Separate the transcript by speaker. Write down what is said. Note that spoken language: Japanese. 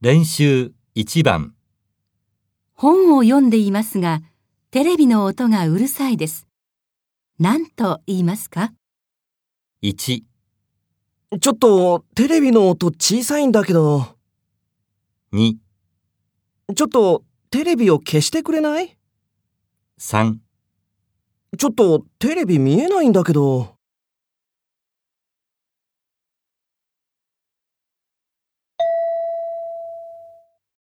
Speaker 1: 練習1番、
Speaker 2: 本を読んでいますが、テレビの音がうるさいです。何と言いますか
Speaker 1: 1、
Speaker 3: ちょっと、テレビの音小さいんだけど、
Speaker 1: 2、
Speaker 3: ちょっと、テレビを消してくれない
Speaker 1: 3
Speaker 3: ちょっと、テレビ見えないんだけど。